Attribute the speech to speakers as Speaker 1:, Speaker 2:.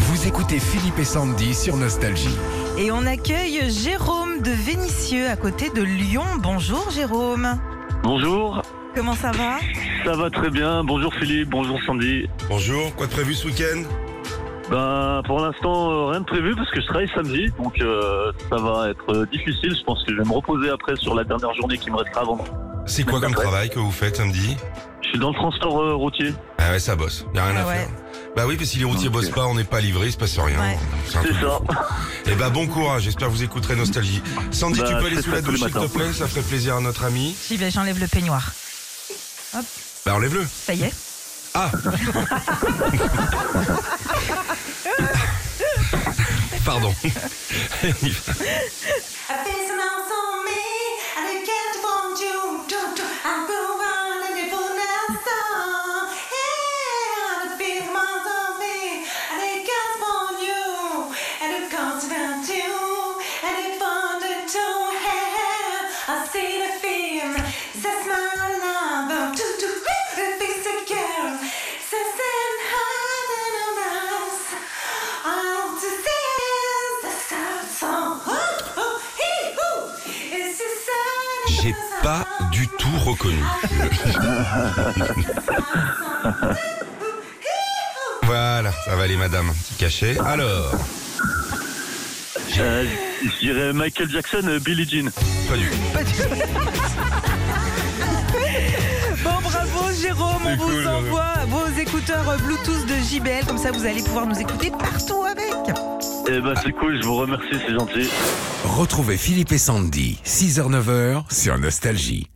Speaker 1: Vous écoutez Philippe et Sandy sur Nostalgie.
Speaker 2: Et on accueille Jérôme de Vénissieux à côté de Lyon. Bonjour Jérôme.
Speaker 3: Bonjour,
Speaker 2: Comment ça va
Speaker 3: ça va très bien. Bonjour Philippe, bonjour Sandy.
Speaker 4: Bonjour, quoi de prévu ce week-end
Speaker 3: Ben, pour l'instant, euh, rien de prévu parce que je travaille samedi, donc euh, ça va être euh, difficile. Je pense que je vais me reposer après sur la dernière journée qui me restera avant.
Speaker 4: C'est
Speaker 3: Bah,
Speaker 4: quoi comme travail que vous faites samedi
Speaker 3: Je suis dans le transport euh, routier.
Speaker 4: Ah ouais, ça bosse, y a rien
Speaker 2: Ah
Speaker 4: à
Speaker 2: ouais.
Speaker 4: faire. Bah oui, parce que si les routiers
Speaker 3: Ok.
Speaker 4: bossent pas, on n'est pas livré, il se passe rien.
Speaker 2: Ouais.
Speaker 4: C'est un
Speaker 3: C'est
Speaker 4: truc de
Speaker 3: ça.
Speaker 4: fou. Eh bah bon courage, j'espère que vous écouterez Nostalgie. Sandy,
Speaker 3: Bah,
Speaker 4: tu peux
Speaker 3: je
Speaker 4: aller
Speaker 3: fais
Speaker 4: sous
Speaker 3: ça
Speaker 4: la
Speaker 3: tous les
Speaker 4: douche s'il te
Speaker 3: matins.
Speaker 4: plaît, ça ferait plaisir à notre ami.
Speaker 2: Si, ben, j'enlève le peignoir.
Speaker 4: Bah enlève-le.
Speaker 2: Ça y est.
Speaker 4: Ah Pardon. Allez, on y va.
Speaker 5: I feel so now for me, and I can't want you. Don't, do I'm going and it will not stop. Yeah, I feel so now for me, and I can't want you. And it comes about you, and it wanted to have. I see the film, that's my love. Do, do, it feels so good. So send higher than a mouse. I'll just dance, that's our song. Oh, oh, hee, hoo. It's the sun in
Speaker 4: J'ai
Speaker 5: the
Speaker 4: pas
Speaker 5: sun.
Speaker 4: du tout reconnu. Voilà, ça va aller madame, petit cachet. Alors,
Speaker 3: Euh, je dirais Michael Jackson, euh, Billie Jean.
Speaker 4: pas du tout.
Speaker 2: Pas du tout. Bon, bravo Jérôme, on
Speaker 4: C'est
Speaker 2: vous
Speaker 4: cool,
Speaker 2: envoie vos écouteurs euh, Bluetooth de JBL, comme ça vous allez pouvoir nous écouter partout avec.
Speaker 3: Eh ben, c'est cool, je vous remercie, c'est gentil.
Speaker 1: Retrouvez Philippe et Sandy, 6h-9h sur Nostalgie.